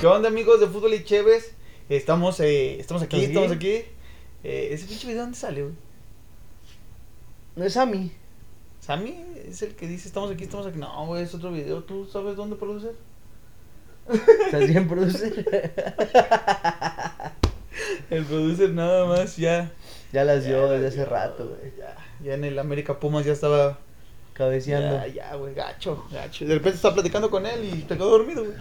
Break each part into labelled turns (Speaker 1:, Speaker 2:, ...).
Speaker 1: ¿Qué onda, amigos de Fútbol y Chéves? Estamos, eh, estamos aquí, estamos aquí. Eh, ¿Ese pinche video dónde sale, güey?
Speaker 2: No es a mí.
Speaker 1: ¿Sammy es el que dice estamos aquí, estamos aquí? No, güey, es otro video. ¿Tú sabes dónde produce?
Speaker 2: Estás bien, producer.
Speaker 1: El producer nada más, ya.
Speaker 2: ya las
Speaker 1: Ya
Speaker 2: dio
Speaker 1: las
Speaker 2: desde hace
Speaker 1: dio,
Speaker 2: rato, güey.
Speaker 1: Ya, ya en el América Pumas ya estaba.
Speaker 2: Cabeceando.
Speaker 1: Ya, ya, güey, gacho, gacho. De repente estaba platicando con él y te quedó dormido, güey.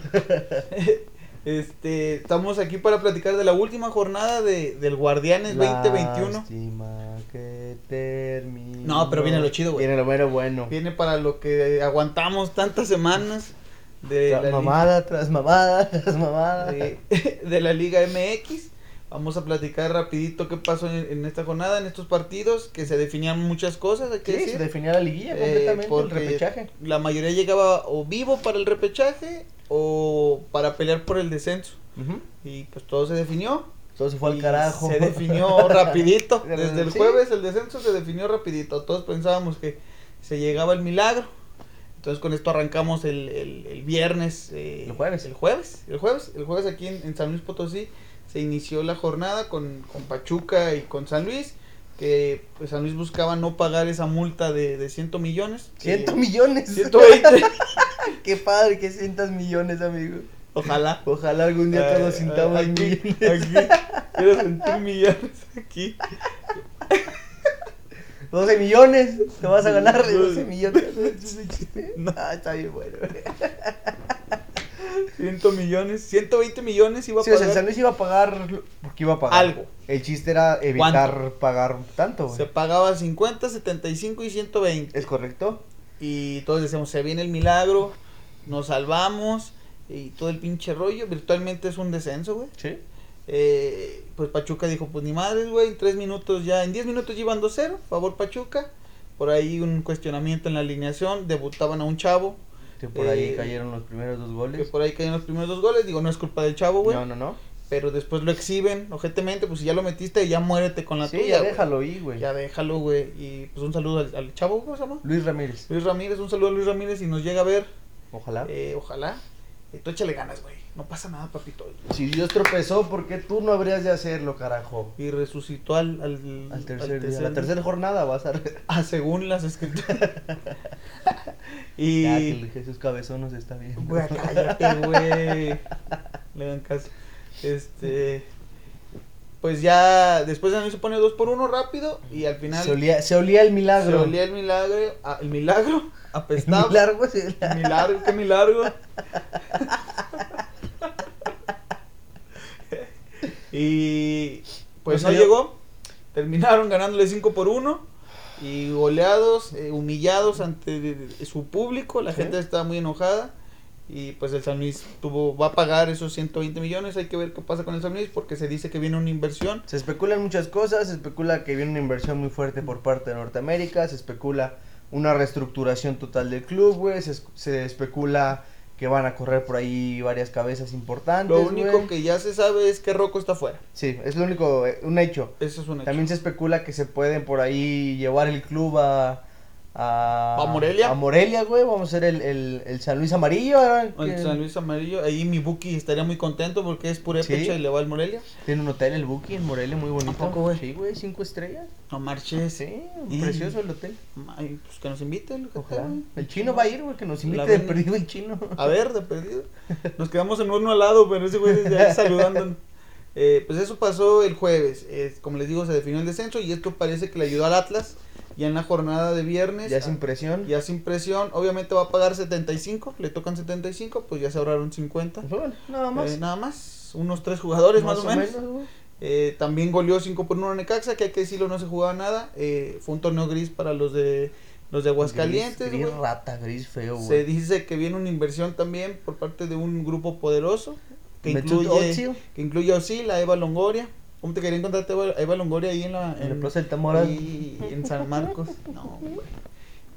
Speaker 1: este, estamos aquí para platicar de la última jornada de, del Guardianes 2021.
Speaker 2: Lástima que terminó.
Speaker 1: No, pero viene lo chido, güey.
Speaker 2: Viene lo mero bueno.
Speaker 1: Viene para lo que aguantamos tantas semanas de
Speaker 2: Tras
Speaker 1: la, li-
Speaker 2: mamada, tras mamada, tras mamada.
Speaker 1: de, de la Liga MX. Vamos a platicar rapidito qué pasó en, en esta jornada, en estos partidos, que se definían muchas cosas, hay que
Speaker 2: Sí, se
Speaker 1: decir.
Speaker 2: definía la liguilla
Speaker 1: Eh,
Speaker 2: completamente. el
Speaker 1: porque
Speaker 2: repechaje.
Speaker 1: La mayoría llegaba o vivo para el repechaje o para pelear por el descenso. Y pues todo se definió.
Speaker 2: Todo se fue al
Speaker 1: Y
Speaker 2: carajo.
Speaker 1: Se definió rapidito. Desde el
Speaker 2: Sí.
Speaker 1: jueves el descenso se definió rapidito. Todos pensábamos que se llegaba el milagro. Entonces con esto arrancamos el, el- el viernes. eh,
Speaker 2: El jueves.
Speaker 1: El jueves. El jueves. El jueves aquí en, en San Luis Potosí se inició la jornada con, con Pachuca y con San Luis. Que pues, San Luis buscaba no pagar esa multa de, de 100 millones. que-
Speaker 2: 100 millones.
Speaker 1: 120.
Speaker 2: Qué padre que sientas millones, amigo.
Speaker 1: Ojalá. Eh,
Speaker 2: Ojalá algún día todos sintamos
Speaker 1: Aquí,
Speaker 2: millones.
Speaker 1: aquí. Quiero sentir millones aquí.
Speaker 2: 12 millones, te vas a ganar de 12 millones.
Speaker 1: No.
Speaker 2: Ah, está bien bueno.
Speaker 1: 100 millones, 120 millones iba a
Speaker 2: Sí, o sea, el San
Speaker 1: pagar.
Speaker 2: Luis iba a pagar lo- porque iba a pagar.
Speaker 1: Algo.
Speaker 2: El chiste era evitar pagar tanto, güey.
Speaker 1: Se pagaba 50, 75 y 120.
Speaker 2: ¿Es correcto?
Speaker 1: Y todos decíamos, se viene el milagro, nos salvamos y todo el pinche rollo. Virtualmente es un descenso, güey.
Speaker 2: Sí.
Speaker 1: Eh, pues Pachuca dijo, pues ni madres, güey, en tres minutos ya, en 10 minutos ya iban 2-0, favor Pachuca. Por ahí un cuestionamiento en la alineación, debutaban a un chavo,
Speaker 2: Que por ahí
Speaker 1: Eh,
Speaker 2: cayeron los primeros dos
Speaker 1: que
Speaker 2: goles.
Speaker 1: por ahí caían los primeros dos goles, digo, no es culpa del chavo, güey.
Speaker 2: No, no, no.
Speaker 1: Pero después lo exhiben, ojetemente, pues si ya lo metiste, ya muérete con la
Speaker 2: sí,
Speaker 1: tuya.
Speaker 2: ya
Speaker 1: güey.
Speaker 2: déjalo ir, güey.
Speaker 1: Ya déjalo, güey. Y pues un saludo al, al chavo, ¿cómo se llama?
Speaker 2: Luis Ramírez.
Speaker 1: Luis Ramírez, un saludo a Luis Ramírez si nos llega a ver.
Speaker 2: Ojalá.
Speaker 1: eh, ojalá. Eh, tú échale ganas, güey. No pasa nada, papito.
Speaker 2: Si Dios tropezó, ¿por qué tú no habrías de hacerlo, carajo?
Speaker 1: Y resucitó al, al,
Speaker 2: Al
Speaker 1: Mm, al
Speaker 2: tercer, día,
Speaker 1: tercer
Speaker 2: la tercera jornada vas a...
Speaker 1: Ah, según las escrituras. y.
Speaker 2: Ya, que el Jesús Cabezón nos está viendo.
Speaker 1: Güey, cállate, güey. Le dan caso. Este. Pues ya. Después de mí se pone 2 por 1 rápido. Y al final.
Speaker 2: Se olía, se olía el
Speaker 1: se
Speaker 2: milagro.
Speaker 1: olía el milagro. ah, el milagro.
Speaker 2: el
Speaker 1: Apestaba.
Speaker 2: milagro. se olía.
Speaker 1: Milagro, qué milagro. y pues
Speaker 2: No
Speaker 1: no,
Speaker 2: sé yo.
Speaker 1: llegó. Terminaron ganándole 5 por 1 y goleados, eh, humillados ante de- de- su público. La
Speaker 2: Sí.
Speaker 1: gente estaba muy enojada. Y pues el San Luis tuvo, va a pagar esos 120 millones. Hay que ver qué pasa con el San Luis porque se dice que viene una inversión.
Speaker 2: Se especulan muchas cosas, se especula que viene una inversión muy fuerte por parte de Norteamérica, se especula una reestructuración total del club, güey, se, es- se especula que van a correr por ahí varias cabezas importantes,
Speaker 1: Lo único
Speaker 2: güey.
Speaker 1: que ya se sabe es que Rocco está fuera.
Speaker 2: Sí, es lo único, eh, un hecho.
Speaker 1: Eso es un hecho.
Speaker 2: También se especula que se pueden por ahí llevar el club a... A,
Speaker 1: ¿A Morelia?
Speaker 2: A Morelia, güey, vamos a ser el, el, el San Luis Amarillo, ahora
Speaker 1: El
Speaker 2: que
Speaker 1: San Luis Amarillo, ahí mi Buki estaría muy contento porque es purépecha
Speaker 2: Sí.
Speaker 1: y le va al Morelia.
Speaker 2: Tiene un hotel, el Buki, en Morelia, muy bonito.
Speaker 1: ¿A poco, güey?
Speaker 2: Sí, güey, cinco estrellas.
Speaker 1: No marches.
Speaker 2: Sí,
Speaker 1: Ah, Sí.
Speaker 2: precioso el hotel.
Speaker 1: Ay, pues que nos inviten. lo que
Speaker 2: Ojalá.
Speaker 1: sea.
Speaker 2: El chino va a ir, güey, que nos invite
Speaker 1: La
Speaker 2: de
Speaker 1: ven-
Speaker 2: perdido el chino.
Speaker 1: A ver, de perdido. Nos quedamos en uno al lado, pero ese güey desde ahí saludándonos. Eh, pues eso pasó el jueves. Eh, como les digo, se definió el descenso y esto parece que le ayudó al Atlas. Ya en la jornada de viernes. Ah,
Speaker 2: Ya sin presión.
Speaker 1: ya sin presión. Obviamente va a pagar 75. Le tocan 75, pues ya se ahorraron 50.
Speaker 2: Bueno, nada más.
Speaker 1: Eh, nada más. Unos tres jugadores más, o menos.
Speaker 2: güey.
Speaker 1: Eh, también goleó 5 por 1 a Necaxa, que hay que decirlo, no se jugaba nada. Eh, fue un torneo gris para los de los de Aguascalientes.
Speaker 2: Gris, gris
Speaker 1: güey.
Speaker 2: rata, gris feo,
Speaker 1: se
Speaker 2: güey.
Speaker 1: dice que viene una inversión también por parte de un grupo poderoso que
Speaker 2: Mesut
Speaker 1: incluye,
Speaker 2: Özil,
Speaker 1: que incluye a Osil, a Eva Longoria. ¿Cómo te quería encontrarte a Eva- a Eva Longoria ahí en la,
Speaker 2: En la
Speaker 1: en-
Speaker 2: Plaza del Tamora.
Speaker 1: ahí en San Marcos? No, güey.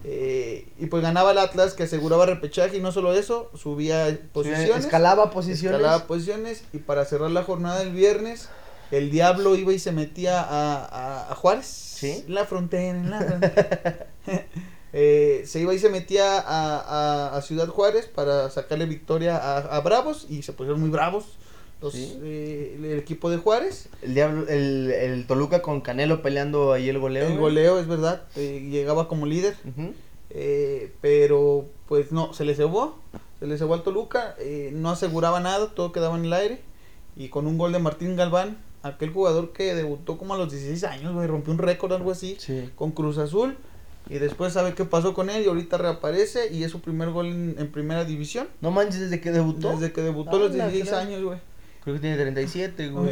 Speaker 1: Eh, y pues ganaba el Atlas que aseguraba repechaje y no solo eso, subía posiciones.
Speaker 2: Escalaba posiciones.
Speaker 1: Escalaba posiciones y para cerrar la jornada del viernes, el diablo iba y se metía a, a- a Juárez.
Speaker 2: Sí.
Speaker 1: En la frontera, en la frontera. Eh, se iba y se metía a, a- a Ciudad Juárez para sacarle victoria a, a Bravos y se pusieron muy bravos los,
Speaker 2: Sí.
Speaker 1: eh, el- el equipo de Juárez.
Speaker 2: El diablo, el, el Toluca con Canelo peleando ahí el goleo.
Speaker 1: El
Speaker 2: güey.
Speaker 1: goleo, es verdad, eh, llegaba como líder,
Speaker 2: Ujú.
Speaker 1: eh, pero pues no, se le cebó, se le cebó al Toluca, eh, no aseguraba nada, todo quedaba en el aire, y con un gol de Martín Galván, aquel jugador que debutó como a los 16 años, güey, rompió un récord, algo así,
Speaker 2: Sí.
Speaker 1: con Cruz Azul, y después sabe qué pasó con él, y ahorita reaparece, y es su primer gol en, en primera división,
Speaker 2: No manches, desde que debutó.
Speaker 1: desde que debutó a
Speaker 2: Ah,
Speaker 1: los
Speaker 2: la
Speaker 1: 16
Speaker 2: gran-
Speaker 1: años, güey,
Speaker 2: Creo que tiene 37, güey.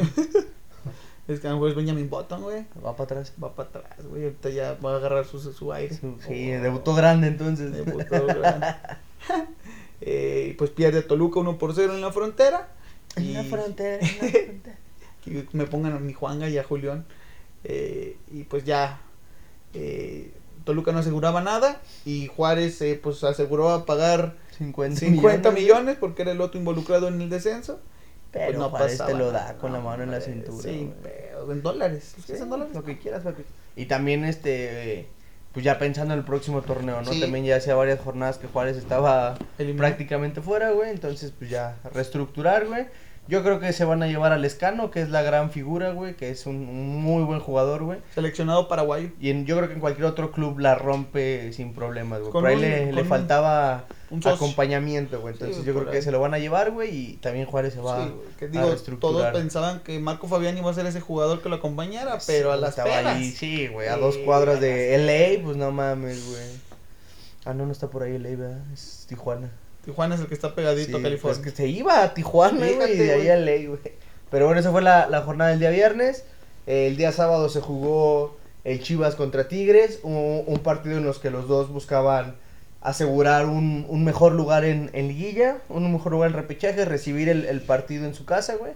Speaker 1: es que a lo mejor es Benjamin Button, güey,
Speaker 2: Va para atrás.
Speaker 1: va para atrás, güey, ahorita ya va a agarrar su, su aire.
Speaker 2: Sí, debutó grande entonces.
Speaker 1: De puto grande. Eh, y pues pierde Toluca 1 por 0 en la frontera. Y
Speaker 2: frontera.
Speaker 1: que me pongan a mi Juanga y a Julián. Eh, y pues ya eh, Toluca no aseguraba nada. Y Juárez eh, pues aseguró a pagar
Speaker 2: 50,
Speaker 1: 50 millones,
Speaker 2: millones.
Speaker 1: porque era el otro involucrado en el descenso.
Speaker 2: Pero
Speaker 1: Pues
Speaker 2: Juárez te lo
Speaker 1: nada,
Speaker 2: da con la mano en la
Speaker 1: hombre,
Speaker 2: cintura,
Speaker 1: sin
Speaker 2: güey.
Speaker 1: pedos, en dólares. ¿los
Speaker 2: Sí,
Speaker 1: quieres en dólares?
Speaker 2: Lo que quieras, papi. Y también, este, pues ya pensando en el próximo torneo, ¿no?
Speaker 1: Sí.
Speaker 2: También ya hacía varias jornadas que Juárez estaba
Speaker 1: Eliminado.
Speaker 2: prácticamente fuera, güey. Entonces, pues ya reestructurar, güey. Yo creo que se van a llevar al Escano, que es la gran figura, güey, que es un, un muy buen jugador, güey.
Speaker 1: Seleccionado paraguayo.
Speaker 2: Y en- yo creo que en cualquier otro club la rompe sin problemas, güey.
Speaker 1: Con
Speaker 2: Por ahí
Speaker 1: un-
Speaker 2: le,
Speaker 1: con
Speaker 2: le
Speaker 1: un-
Speaker 2: faltaba
Speaker 1: un socio.
Speaker 2: acompañamiento, güey. Entonces
Speaker 1: Sí,
Speaker 2: yo
Speaker 1: por
Speaker 2: creo que
Speaker 1: ahí.
Speaker 2: se lo van a llevar, güey. Y también Juárez se va
Speaker 1: Sí, güey, que
Speaker 2: a
Speaker 1: digo, todos
Speaker 2: reestructurar.
Speaker 1: pensaban que Marco Fabián iba a ser ese jugador que lo acompañara, pero a las
Speaker 2: Estaba
Speaker 1: penas.
Speaker 2: ahí, sí, güey, a
Speaker 1: Sí,
Speaker 2: dos cuadras
Speaker 1: a
Speaker 2: de LA, pues no mames, güey. Ah, no, no está por ahí LA, ¿verdad? Es Tijuana.
Speaker 1: Tijuana es el que está pegadito a
Speaker 2: Sí,
Speaker 1: California.
Speaker 2: pues que se iba a Tijuana, güey,
Speaker 1: Fíjate,
Speaker 2: y de ahí
Speaker 1: güey.
Speaker 2: a LA, güey. Pero bueno, esa fue la, la jornada del día viernes. Eh, El día sábado se jugó el Chivas contra Tigres, un, un partido en los que los dos buscaban asegurar un, un mejor lugar en, en liguilla, un mejor lugar en repechaje, recibir el, el partido en su casa, güey.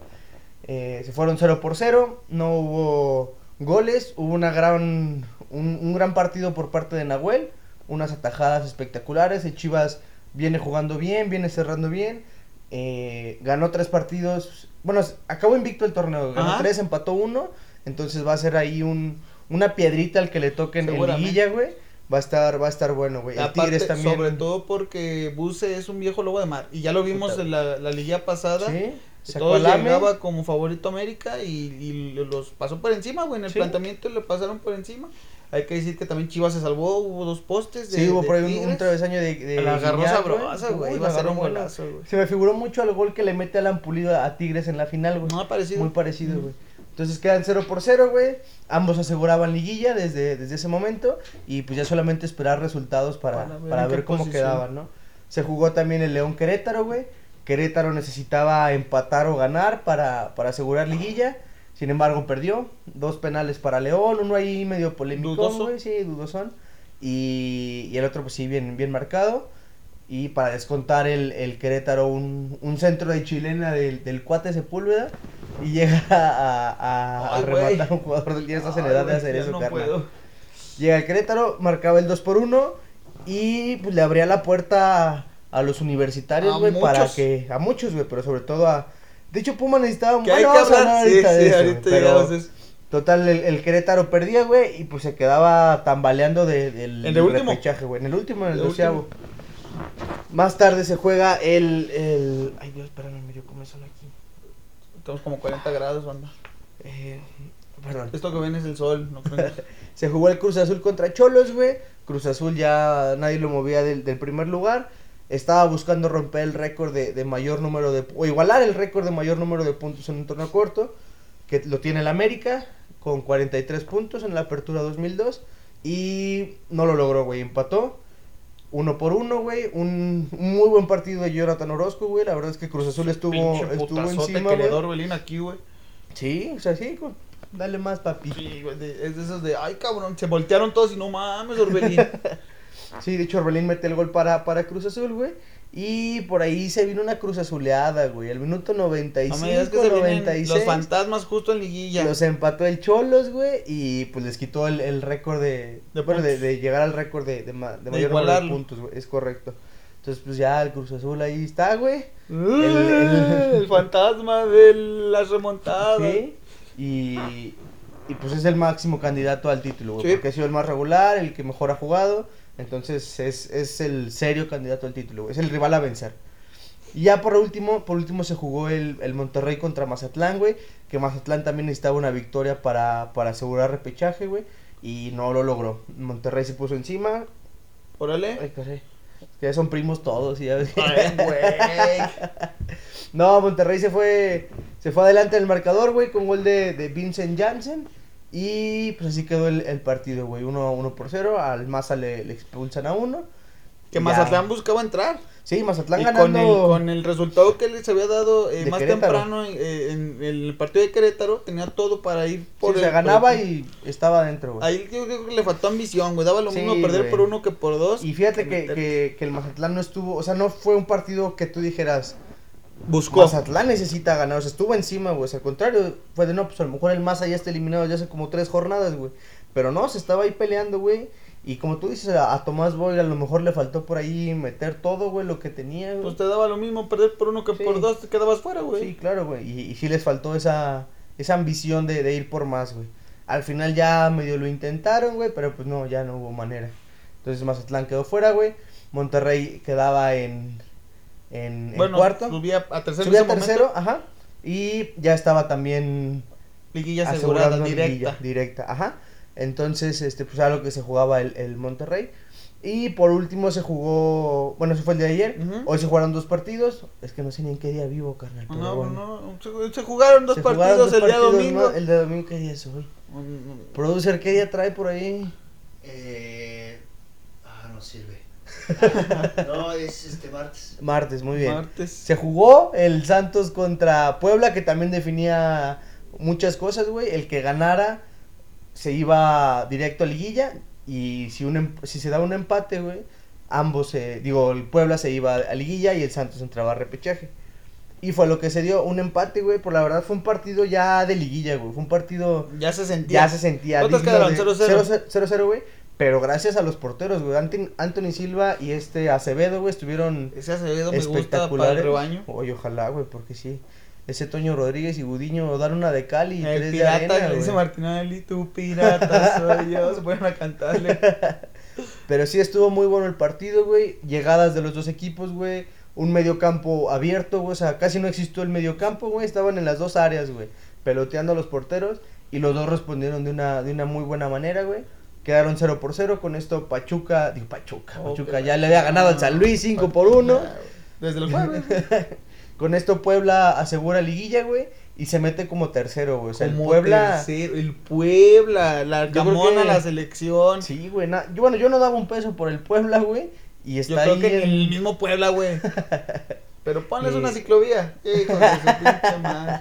Speaker 2: Eh, se fueron 0 por 0, no hubo goles, hubo una gran, un, un gran partido por parte de Nahuel, unas atajadas espectaculares, el Chivas viene jugando bien, viene cerrando bien, eh, ganó tres partidos, bueno, s- acabó invicto el torneo, ganó
Speaker 1: Ajá.
Speaker 2: tres, empató uno, entonces va a ser ahí un, una piedrita al que le toquen en
Speaker 1: Seguramente.
Speaker 2: liguilla, güey, va a estar, va a estar bueno, güey. El
Speaker 1: Aparte,
Speaker 2: Tigres también.
Speaker 1: sobre todo porque Buse es un viejo lobo de mar. Y ya lo vimos
Speaker 2: Puta.
Speaker 1: en la, la liguilla pasada.
Speaker 2: Sí,
Speaker 1: que
Speaker 2: sacó
Speaker 1: Todo
Speaker 2: al AME.
Speaker 1: llegaba como favorito a América y, y los pasó por encima, güey. En el
Speaker 2: Sí.
Speaker 1: planteamiento le pasaron por encima. Hay que decir que también Chivas se salvó, hubo dos postes. De,
Speaker 2: Sí, hubo
Speaker 1: de
Speaker 2: por ahí un- un,
Speaker 1: Tigres.
Speaker 2: travesaño de, de
Speaker 1: La agarró
Speaker 2: Guiñac,
Speaker 1: sabrosa,
Speaker 2: Uy,
Speaker 1: güey.
Speaker 2: la
Speaker 1: Iba a ser
Speaker 2: agarró
Speaker 1: un
Speaker 2: buena.
Speaker 1: golazo, güey.
Speaker 2: Se me figuró mucho al gol que le mete Alan Pulido a Tigres en la final, güey.
Speaker 1: No ha parecido.
Speaker 2: Muy parecido,
Speaker 1: Mm.
Speaker 2: güey. Entonces quedan 0 por 0, güey. Ambos aseguraban liguilla desde, desde ese momento. Y pues ya solamente esperar resultados para,
Speaker 1: Para
Speaker 2: para
Speaker 1: ver
Speaker 2: ver,
Speaker 1: en qué
Speaker 2: cómo
Speaker 1: posición.
Speaker 2: quedaban, ¿no? Se jugó también el León Querétaro, güey. Querétaro necesitaba empatar o ganar para, para asegurar liguilla. Sin embargo, perdió. Dos penales para León. Uno ahí medio polémico,
Speaker 1: Dudoso.
Speaker 2: güey. Sí, dudosón. Y, y el otro, pues sí, bien, bien marcado. Y para descontar el, el Querétaro, un, un centro de chilena del, del cuate Sepúlveda. Y llega a, a- a
Speaker 1: Ay, güey.
Speaker 2: rematar a un jugador del día. Estás en
Speaker 1: Ay,
Speaker 2: edad de
Speaker 1: güey,
Speaker 2: hacer
Speaker 1: ya
Speaker 2: eso,
Speaker 1: no
Speaker 2: carnal.
Speaker 1: puedo.
Speaker 2: Llega el Querétaro, marcaba el 2 por 1 y pues le abría la puerta a, a los universitarios,
Speaker 1: A
Speaker 2: güey, para
Speaker 1: muchos.
Speaker 2: que a muchos, güey, pero sobre todo a De hecho Puma necesitaba
Speaker 1: Que hay que
Speaker 2: vamos a
Speaker 1: hablar. Sí,
Speaker 2: ahorita de
Speaker 1: sí,
Speaker 2: eso, güey,
Speaker 1: ahorita
Speaker 2: pero
Speaker 1: llegamos a eso.
Speaker 2: total el, el Querétaro perdía, güey, y pues se quedaba tambaleando de- del
Speaker 1: En el último.
Speaker 2: repechaje, güey, en el último, en el
Speaker 1: El último.
Speaker 2: doceavo. Más tarde se juega el, el... Ay, Dios, espérame, me dio comezón aquí.
Speaker 1: Estamos como 40 grados, banda.
Speaker 2: Eh, perdón.
Speaker 1: Esto que ven es el sol, no crean.
Speaker 2: Se jugó el Cruz Azul contra Cholos, güey. Cruz Azul ya nadie lo movía del, del primer lugar. Estaba buscando romper el récord de, de mayor número de... O igualar el récord de mayor número de puntos en un torneo corto. Que lo tiene el América con 43 puntos en la apertura 2002. Y no lo logró, güey. Empató. Uno por uno, güey. Un, un muy buen partido de Jonathan Orozco, güey. La verdad es que Cruz Azul estuvo,
Speaker 1: Pinche
Speaker 2: estuvo
Speaker 1: putazote
Speaker 2: encima,
Speaker 1: que le
Speaker 2: güey.
Speaker 1: da Orbelín aquí, güey.
Speaker 2: Sí, o sea, sí. con- Dale más, papi.
Speaker 1: Sí, güey, de- es de esos de, ay, cabrón, se voltearon todos y no mames, Orbelín.
Speaker 2: Sí, de hecho Orbelín mete el gol para, para Cruz Azul, güey. Y por ahí se vino una cruz azuleada, güey. El minuto
Speaker 1: No
Speaker 2: 95,
Speaker 1: me digas que se vienen
Speaker 2: 96.
Speaker 1: los fantasmas justo en liguilla.
Speaker 2: Los empató el Cholos, güey. Y pues les quitó el, el récord de.
Speaker 1: De
Speaker 2: bueno, de,
Speaker 1: puntos.
Speaker 2: de llegar al récord de, de, ma- de
Speaker 1: De
Speaker 2: mayor número de
Speaker 1: igualarlo.
Speaker 2: puntos, güey. Es correcto. Entonces, pues ya el Cruz Azul ahí está, güey.
Speaker 1: el, ¡Eh! el fantasma de las remontadas.
Speaker 2: Sí. Y, y, pues es el máximo candidato al título, güey.
Speaker 1: Sí.
Speaker 2: Porque ha sido el más regular, el que mejor ha jugado. Entonces es, es el serio candidato al título, güey. Es el rival a vencer. Y ya por último, por último se jugó el, el Monterrey contra Mazatlán, güey. Que Mazatlán también necesitaba una victoria para, para asegurar repechaje, güey. Y no lo logró. Monterrey se puso encima.
Speaker 1: Órale.
Speaker 2: Ay, caray. Es que ya son primos todos, y ya ves.
Speaker 1: Ay, güey.
Speaker 2: No, Monterrey se fue, se fue adelante en el marcador, güey, con gol de, de Vincent Janssen. Y pues así quedó el, el partido, güey. 1 uno, uno por 0. Al Maza le, le expulsan a uno.
Speaker 1: Que
Speaker 2: Ya.
Speaker 1: Mazatlán buscaba entrar.
Speaker 2: Sí, Mazatlán
Speaker 1: y Eh, con el,
Speaker 2: ganando.
Speaker 1: con el resultado que les había dado eh,
Speaker 2: De
Speaker 1: más
Speaker 2: Querétaro.
Speaker 1: temprano eh, en, el partido de Querétaro, tenía todo para ir
Speaker 2: Sí,
Speaker 1: por
Speaker 2: se
Speaker 1: el-
Speaker 2: ganaba
Speaker 1: por-
Speaker 2: y estaba adentro, güey.
Speaker 1: Ahí yo creo que le faltó ambición, güey. Daba lo
Speaker 2: Sí,
Speaker 1: mismo perder
Speaker 2: güey.
Speaker 1: por uno que por dos.
Speaker 2: Y fíjate que,
Speaker 1: meter-
Speaker 2: que, que el Mazatlán no estuvo, o sea, no fue un partido que tú dijeras,
Speaker 1: buscó.
Speaker 2: Mazatlán necesita ganar, o sea, estuvo encima, güey, o sea, al contrario, fue de no, pues a lo mejor el Maza ya está eliminado ya hace como tres jornadas, güey, pero no, se estaba ahí peleando, güey, y como tú dices, a, a Tomás Boy a lo mejor le faltó por ahí meter todo, güey, lo que tenía, güey.
Speaker 1: Pues te daba lo mismo perder por uno que
Speaker 2: Sí.
Speaker 1: por dos, te quedabas fuera, güey.
Speaker 2: Sí, claro, güey. Y, y sí les faltó esa, esa ambición de, de ir por más, güey. Al final ya medio lo intentaron, güey, pero pues no, ya no hubo manera. Entonces Mazatlán quedó fuera, güey. Monterrey quedaba en, en, en
Speaker 1: bueno, pues,
Speaker 2: cuarto.
Speaker 1: subía a tercero.
Speaker 2: Subía
Speaker 1: en ese
Speaker 2: tercero,
Speaker 1: momento,
Speaker 2: ajá. Y ya estaba también
Speaker 1: liguilla asegurada,
Speaker 2: asegurando
Speaker 1: directa.
Speaker 2: directa, ajá. Entonces, este, pues era lo que se jugaba el, el Monterrey. Y por último se jugó, bueno, eso fue el día de ayer.
Speaker 1: Ujú.
Speaker 2: Hoy se jugaron dos partidos. Es que no sé ni en qué día vivo, carnal. pero
Speaker 1: No,
Speaker 2: bueno.
Speaker 1: no, se, se jugaron dos
Speaker 2: Se
Speaker 1: partidos
Speaker 2: jugaron dos
Speaker 1: el día
Speaker 2: partidos
Speaker 1: domingo.
Speaker 2: más. El de domingo, ¿qué día es hoy?
Speaker 1: Mm,
Speaker 2: Producer, ¿qué día trae por ahí?
Speaker 3: Eh, ah, no sirve. no, es este martes.
Speaker 2: Martes, muy bien.
Speaker 1: Martes.
Speaker 2: Se jugó el Santos contra Puebla, que también definía muchas cosas, güey. El que ganara se iba directo a liguilla. Y si, un, em- si se daba un empate, güey, ambos, se, digo, el Puebla se iba a liguilla y el Santos entraba a repechaje. Y fue lo que se dio, un empate, güey. Por la verdad fue un partido ya de liguilla, güey. Fue un partido...
Speaker 1: Ya se sentía.
Speaker 2: ya se sentía
Speaker 1: ¿Cuántos
Speaker 2: digno
Speaker 1: quedaron?
Speaker 2: de-
Speaker 1: 0-0.
Speaker 2: 0-0, güey. Pero gracias a los porteros, güey. Antin- Anthony Silva y este Acevedo, güey, estuvieron
Speaker 1: Ese Acevedo me gusta para el
Speaker 2: espectaculares.
Speaker 1: rebaño.
Speaker 2: Oye, ojalá, güey, porque sí. Ese Toño Rodríguez y Gudiño dan una de cal y
Speaker 1: El
Speaker 2: tres
Speaker 1: pirata,
Speaker 2: de arena,
Speaker 1: le dice
Speaker 2: güey.
Speaker 1: Martín Ali, tu pirata soy yo. Se ponen a cantarle.
Speaker 2: Pero sí estuvo muy bueno el partido, güey. Llegadas de los dos equipos, güey. Un mediocampo abierto, güey. O sea, casi no existió el mediocampo, güey. Estaban en las dos áreas, güey. Peloteando a los porteros. Y los dos respondieron de una, de una muy buena manera, güey. Quedaron 0 por 0. Con esto Pachuca. Digo, Pachuca.
Speaker 1: Oh,
Speaker 2: Pachuca
Speaker 1: pero-
Speaker 2: ya le había ganado al San Luis 5 por 1.
Speaker 1: Desde el jueves. güey.
Speaker 2: Con esto Puebla asegura liguilla, güey. Y se mete como tercero, güey. O sea, el
Speaker 1: Como
Speaker 2: Puebla.
Speaker 1: tercero, el Puebla, la
Speaker 2: Yo creo
Speaker 1: Camona,
Speaker 2: que-
Speaker 1: la selección.
Speaker 2: Sí, güey. na- Yo, bueno, yo no daba un peso por el Puebla, güey. Y está
Speaker 1: Yo creo
Speaker 2: ahí
Speaker 1: que
Speaker 2: en-
Speaker 1: en el mismo Puebla, güey. Pero ponles
Speaker 2: Sí.
Speaker 1: una ciclovía. Hijo de su pinche madre.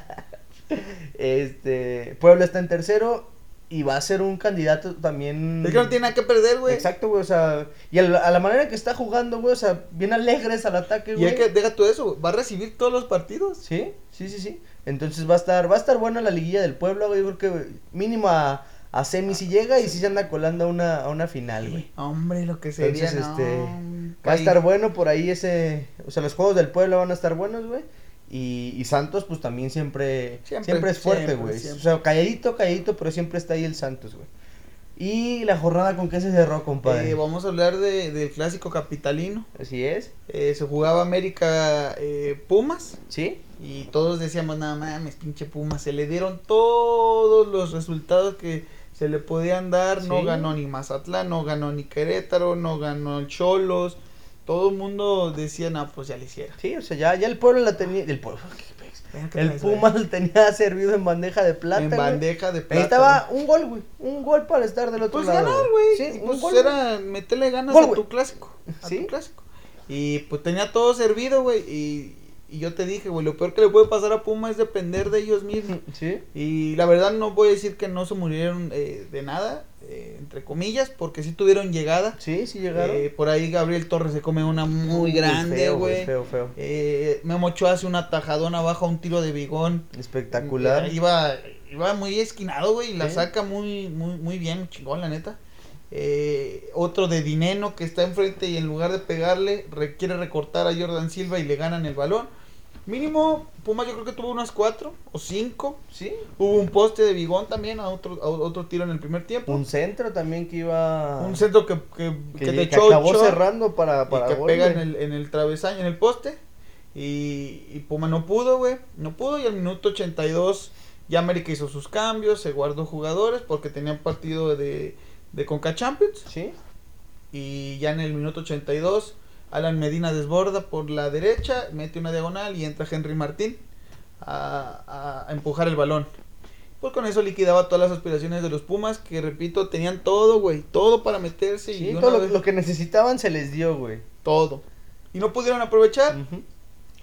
Speaker 2: Este, Puebla está en tercero y va a ser un candidato también.
Speaker 1: Es que no tiene nada que perder, güey.
Speaker 2: Mm. Exacto, güey, o sea, y al- a la manera que está jugando, güey, o sea, bien alegres al ataque,
Speaker 1: Y
Speaker 2: güey.
Speaker 1: hay que, deja todo eso, va a recibir todos los partidos.
Speaker 2: Sí, sí, sí, sí. Entonces va a estar, va a estar buena la liguilla del Puebla, güey, yo creo que mínimo a, a semis si llega y si se anda colando a una, a una final, güey.
Speaker 1: Hombre, lo que sería,
Speaker 2: Entonces,
Speaker 1: no,
Speaker 2: este,
Speaker 1: hombre.
Speaker 2: Va a estar bueno por ahí ese, o sea, los juegos del Puebla van a estar buenos, güey. Y, y Santos, pues también siempre,
Speaker 1: Siempre,
Speaker 2: siempre, es fuerte,
Speaker 1: siempre,
Speaker 2: güey.
Speaker 1: siempre.
Speaker 2: O sea, calladito, calladito, pero siempre está ahí el Santos, güey. Y la jornada con que se cerró, compadre.
Speaker 1: Eh, vamos a hablar de- del clásico capitalino.
Speaker 2: Así es,
Speaker 1: Eh, se jugaba América eh, Pumas.
Speaker 2: ¿sí?
Speaker 1: Y todos decíamos, nada mames, pinche Pumas. Se le dieron todos los resultados que se le podían dar. No
Speaker 2: Sí.
Speaker 1: ganó ni Mazatlán, no ganó ni Querétaro, no ganó el Cholos. Todo el mundo decía, no, pues ya le hiciera.
Speaker 2: Sí, o sea, ya, ya el pueblo la tenía. El pueblo.
Speaker 1: Espérate,
Speaker 2: El
Speaker 1: espérate.
Speaker 2: Puma lo tenía servido en bandeja de plata.
Speaker 1: en
Speaker 2: güey.
Speaker 1: bandeja de plata.
Speaker 2: Necesitaba un gol, güey. Un gol para estar del otro
Speaker 1: Pues
Speaker 2: lado.
Speaker 1: ganar, güey. Y
Speaker 2: Sí, un
Speaker 1: pues
Speaker 2: gol. güey.
Speaker 1: era meterle ganas
Speaker 2: Gol,
Speaker 1: a tu
Speaker 2: güey.
Speaker 1: clásico. A
Speaker 2: Sí.
Speaker 1: tu clásico. Y pues tenía todo servido, güey. Y, y yo te dije, güey, lo peor que le puede pasar a Puma es depender de ellos mismos.
Speaker 2: Sí,
Speaker 1: Y la verdad no voy a decir que no se murieron eh, de nada, eh, entre comillas, porque sí tuvieron llegada.
Speaker 2: sí, sí llegaron.
Speaker 1: Eh, por ahí Gabriel Torres se come una muy grande,
Speaker 2: feo,
Speaker 1: güey.
Speaker 2: Feo, feo.
Speaker 1: Eh, Memo Ochoa hace una tajadona abajo a un tiro de bigón.
Speaker 2: Espectacular.
Speaker 1: Eh, Iba, iba muy esquinado, güey, y la
Speaker 2: Sí.
Speaker 1: saca muy, muy, muy bien, chingón, la neta. Eh, otro de Dineno que está enfrente y en lugar de pegarle, requiere recortar a Jordan Silva y le ganan el balón. Mínimo, Pumas yo creo que tuvo unas cuatro o cinco.
Speaker 2: Sí.
Speaker 1: Hubo un poste de Bigón también a otro, a otro tiro en el primer tiempo.
Speaker 2: Un
Speaker 1: Un,
Speaker 2: centro también que iba.
Speaker 1: centro que, que,
Speaker 2: Ah. que,
Speaker 1: que
Speaker 2: lle-
Speaker 1: te
Speaker 2: que
Speaker 1: echó
Speaker 2: acabó
Speaker 1: Ochoa
Speaker 2: cerrando para,
Speaker 1: y
Speaker 2: para
Speaker 1: que
Speaker 2: gol,
Speaker 1: pega en
Speaker 2: güey.
Speaker 1: el, en el travesaño, en el poste. Y, y Puma no pudo, güey. No pudo. Y al minuto 82 ya América hizo sus cambios, se guardó jugadores porque tenían partido de, de Conca Champions.
Speaker 2: Sí.
Speaker 1: Y ya en el minuto 82, Alan Medina desborda por la derecha, mete una diagonal y entra Henry Martín a, a- a empujar el balón. Pues con eso liquidaba todas las aspiraciones de los Pumas, que repito, tenían todo, güey, todo para meterse y
Speaker 2: Sí,
Speaker 1: una
Speaker 2: todo lo,
Speaker 1: vez-
Speaker 2: lo que necesitaban se les dio, güey.
Speaker 1: todo. Y no pudieron aprovechar,
Speaker 2: Ujú.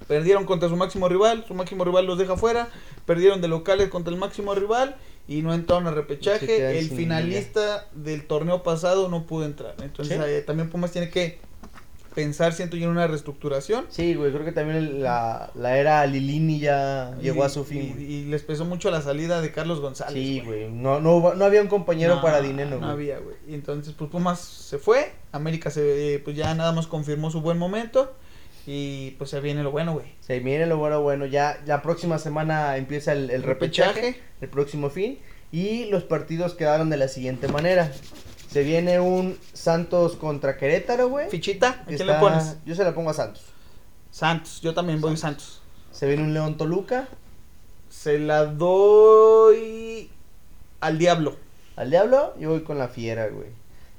Speaker 1: perdieron contra su máximo rival, su máximo rival los deja fuera, perdieron de locales contra el máximo rival y no entraron a
Speaker 2: Y se quedan
Speaker 1: repechaje. El
Speaker 2: sin
Speaker 1: finalista del torneo pasado no pudo entrar. Entonces
Speaker 2: Sí.
Speaker 1: eh, también Pumas tiene que pensar, siento yo, en una reestructuración.
Speaker 2: Sí, güey, creo que también el- la, la era Lilini ya llegó
Speaker 1: Y-
Speaker 2: a su fin.
Speaker 1: Y,
Speaker 2: güey.
Speaker 1: y les pesó mucho la salida de Carlos González.
Speaker 2: sí, güey, no, no, hubo- no había un compañero
Speaker 1: No,
Speaker 2: para dinero,
Speaker 1: No
Speaker 2: güey.
Speaker 1: había, güey. Y entonces, pues Pumas se fue. América se, eh, pues ya nada más confirmó su buen momento. Y pues se viene lo bueno, güey.
Speaker 2: Se viene lo bueno, bueno, ya la próxima semana empieza el, el repechaje,
Speaker 1: Repechaje.
Speaker 2: el próximo fin, y los partidos quedaron de la siguiente manera. Se viene un Santos contra Querétaro, güey.
Speaker 1: Fichita, ¿a
Speaker 2: que
Speaker 1: quién
Speaker 2: está-
Speaker 1: le pones?
Speaker 2: Yo se la pongo a Santos.
Speaker 1: Santos, yo también voy Santos.
Speaker 2: Se viene un León Toluca,
Speaker 1: Se la doy al diablo.
Speaker 2: al Diablo, yo voy con la Fiera, güey.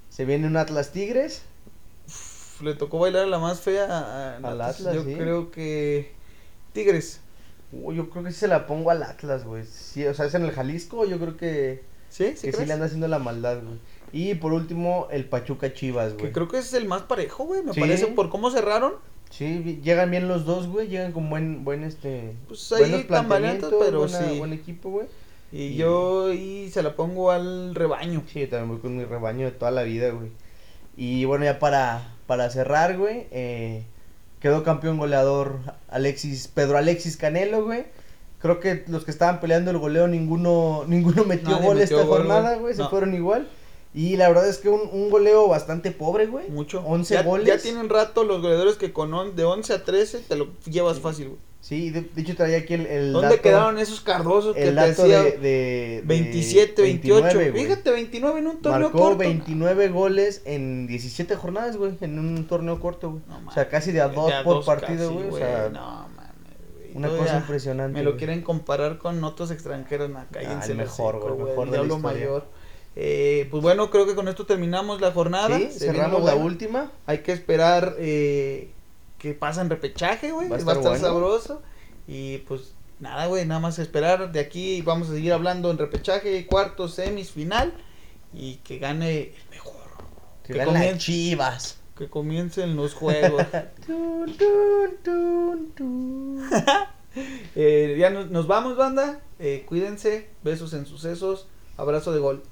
Speaker 2: Se viene un Atlas Tigres,
Speaker 1: Uf, le tocó bailar a la más fea a- a
Speaker 2: Al
Speaker 1: Atlas.
Speaker 2: Atlas,
Speaker 1: Yo
Speaker 2: sí.
Speaker 1: creo que Tigres.
Speaker 2: Uy, yo creo que sí se la pongo al Atlas, güey. Sí, o sea, es en el Jalisco, yo creo que,
Speaker 1: ¿Sí? ¿Sí
Speaker 2: que sí
Speaker 1: crees?
Speaker 2: le anda haciendo la maldad, güey. Y por último, el Pachuca Chivas,
Speaker 1: Que
Speaker 2: güey.
Speaker 1: creo que es el más parejo, güey. Me
Speaker 2: Sí.
Speaker 1: parece por cómo cerraron.
Speaker 2: Sí, vi- llegan bien los dos, güey. Llegan con buen, buen este.
Speaker 1: Pues ahí tambaleantes,
Speaker 2: planteamientos,
Speaker 1: pero
Speaker 2: buena-
Speaker 1: sí.
Speaker 2: buen equipo, güey.
Speaker 1: Y,
Speaker 2: Y-
Speaker 1: yo y se la pongo al rebaño.
Speaker 2: Sí, yo también voy con mi rebaño de toda la vida, güey. Y bueno, ya para, para cerrar, güey, eh, quedó campeón goleador Alexis, Pedro Alexis Canelo, güey. Creo que los que estaban peleando el goleo, ninguno, ninguno metió
Speaker 1: Nadie
Speaker 2: gol
Speaker 1: metió
Speaker 2: esta
Speaker 1: gol,
Speaker 2: jornada,
Speaker 1: güey.
Speaker 2: güey. Se
Speaker 1: No.
Speaker 2: fueron igual. Y la verdad es que un, un goleo bastante pobre, güey.
Speaker 1: Mucho.
Speaker 2: 11
Speaker 1: ya,
Speaker 2: goles.
Speaker 1: Ya tienen rato los goleadores que con on- de 11 a 13 te lo llevas fácil, güey.
Speaker 2: Sí, de, de hecho traía aquí el, el
Speaker 1: ¿Dónde
Speaker 2: dato-
Speaker 1: quedaron esos cardosos que
Speaker 2: el
Speaker 1: te
Speaker 2: dato
Speaker 1: hacía
Speaker 2: de, de- de
Speaker 1: 27, 28?
Speaker 2: 29, güey.
Speaker 1: Fíjate, 29 en un torneo
Speaker 2: Marcó
Speaker 1: corto.
Speaker 2: 29 goles en 17 jornadas, güey, en un torneo corto, güey.
Speaker 1: No
Speaker 2: o sea,
Speaker 1: mames,
Speaker 2: casi de a
Speaker 1: güey,
Speaker 2: dos por
Speaker 1: dos
Speaker 2: partido,
Speaker 1: casi,
Speaker 2: güey. O sea,
Speaker 1: no mames, güey.
Speaker 2: una
Speaker 1: Todavía
Speaker 2: cosa impresionante.
Speaker 1: Me lo
Speaker 2: güey. Ah,
Speaker 1: quieren comparar con otros extranjeros, nah, cállense
Speaker 2: el
Speaker 1: el
Speaker 2: mejor, güey,
Speaker 1: hocico,
Speaker 2: el mejor de la
Speaker 1: diablo
Speaker 2: historia.
Speaker 1: mayor. Eh, pues bueno, creo que con esto terminamos la jornada.
Speaker 2: Sí,
Speaker 1: Se viene
Speaker 2: cerramos
Speaker 1: lo
Speaker 2: la
Speaker 1: bueno.
Speaker 2: última.
Speaker 1: Hay que esperar eh, que pasen repechaje, güey.
Speaker 2: Va
Speaker 1: Va a
Speaker 2: a estar
Speaker 1: estar,
Speaker 2: bueno.
Speaker 1: sabroso. Y pues nada, güey, nada más esperar. De aquí vamos a seguir hablando en repechaje, cuartos, semis, final. Y que gane el mejor.
Speaker 2: Que
Speaker 1: Que
Speaker 2: ganen las
Speaker 1: comien-
Speaker 2: chivas.
Speaker 1: Que comiencen los juegos.
Speaker 2: Tun, tun, tun, tun.
Speaker 1: Eh, ya nos, nos vamos, banda. Eh, cuídense. Besos en sucesos. Abrazo de gol.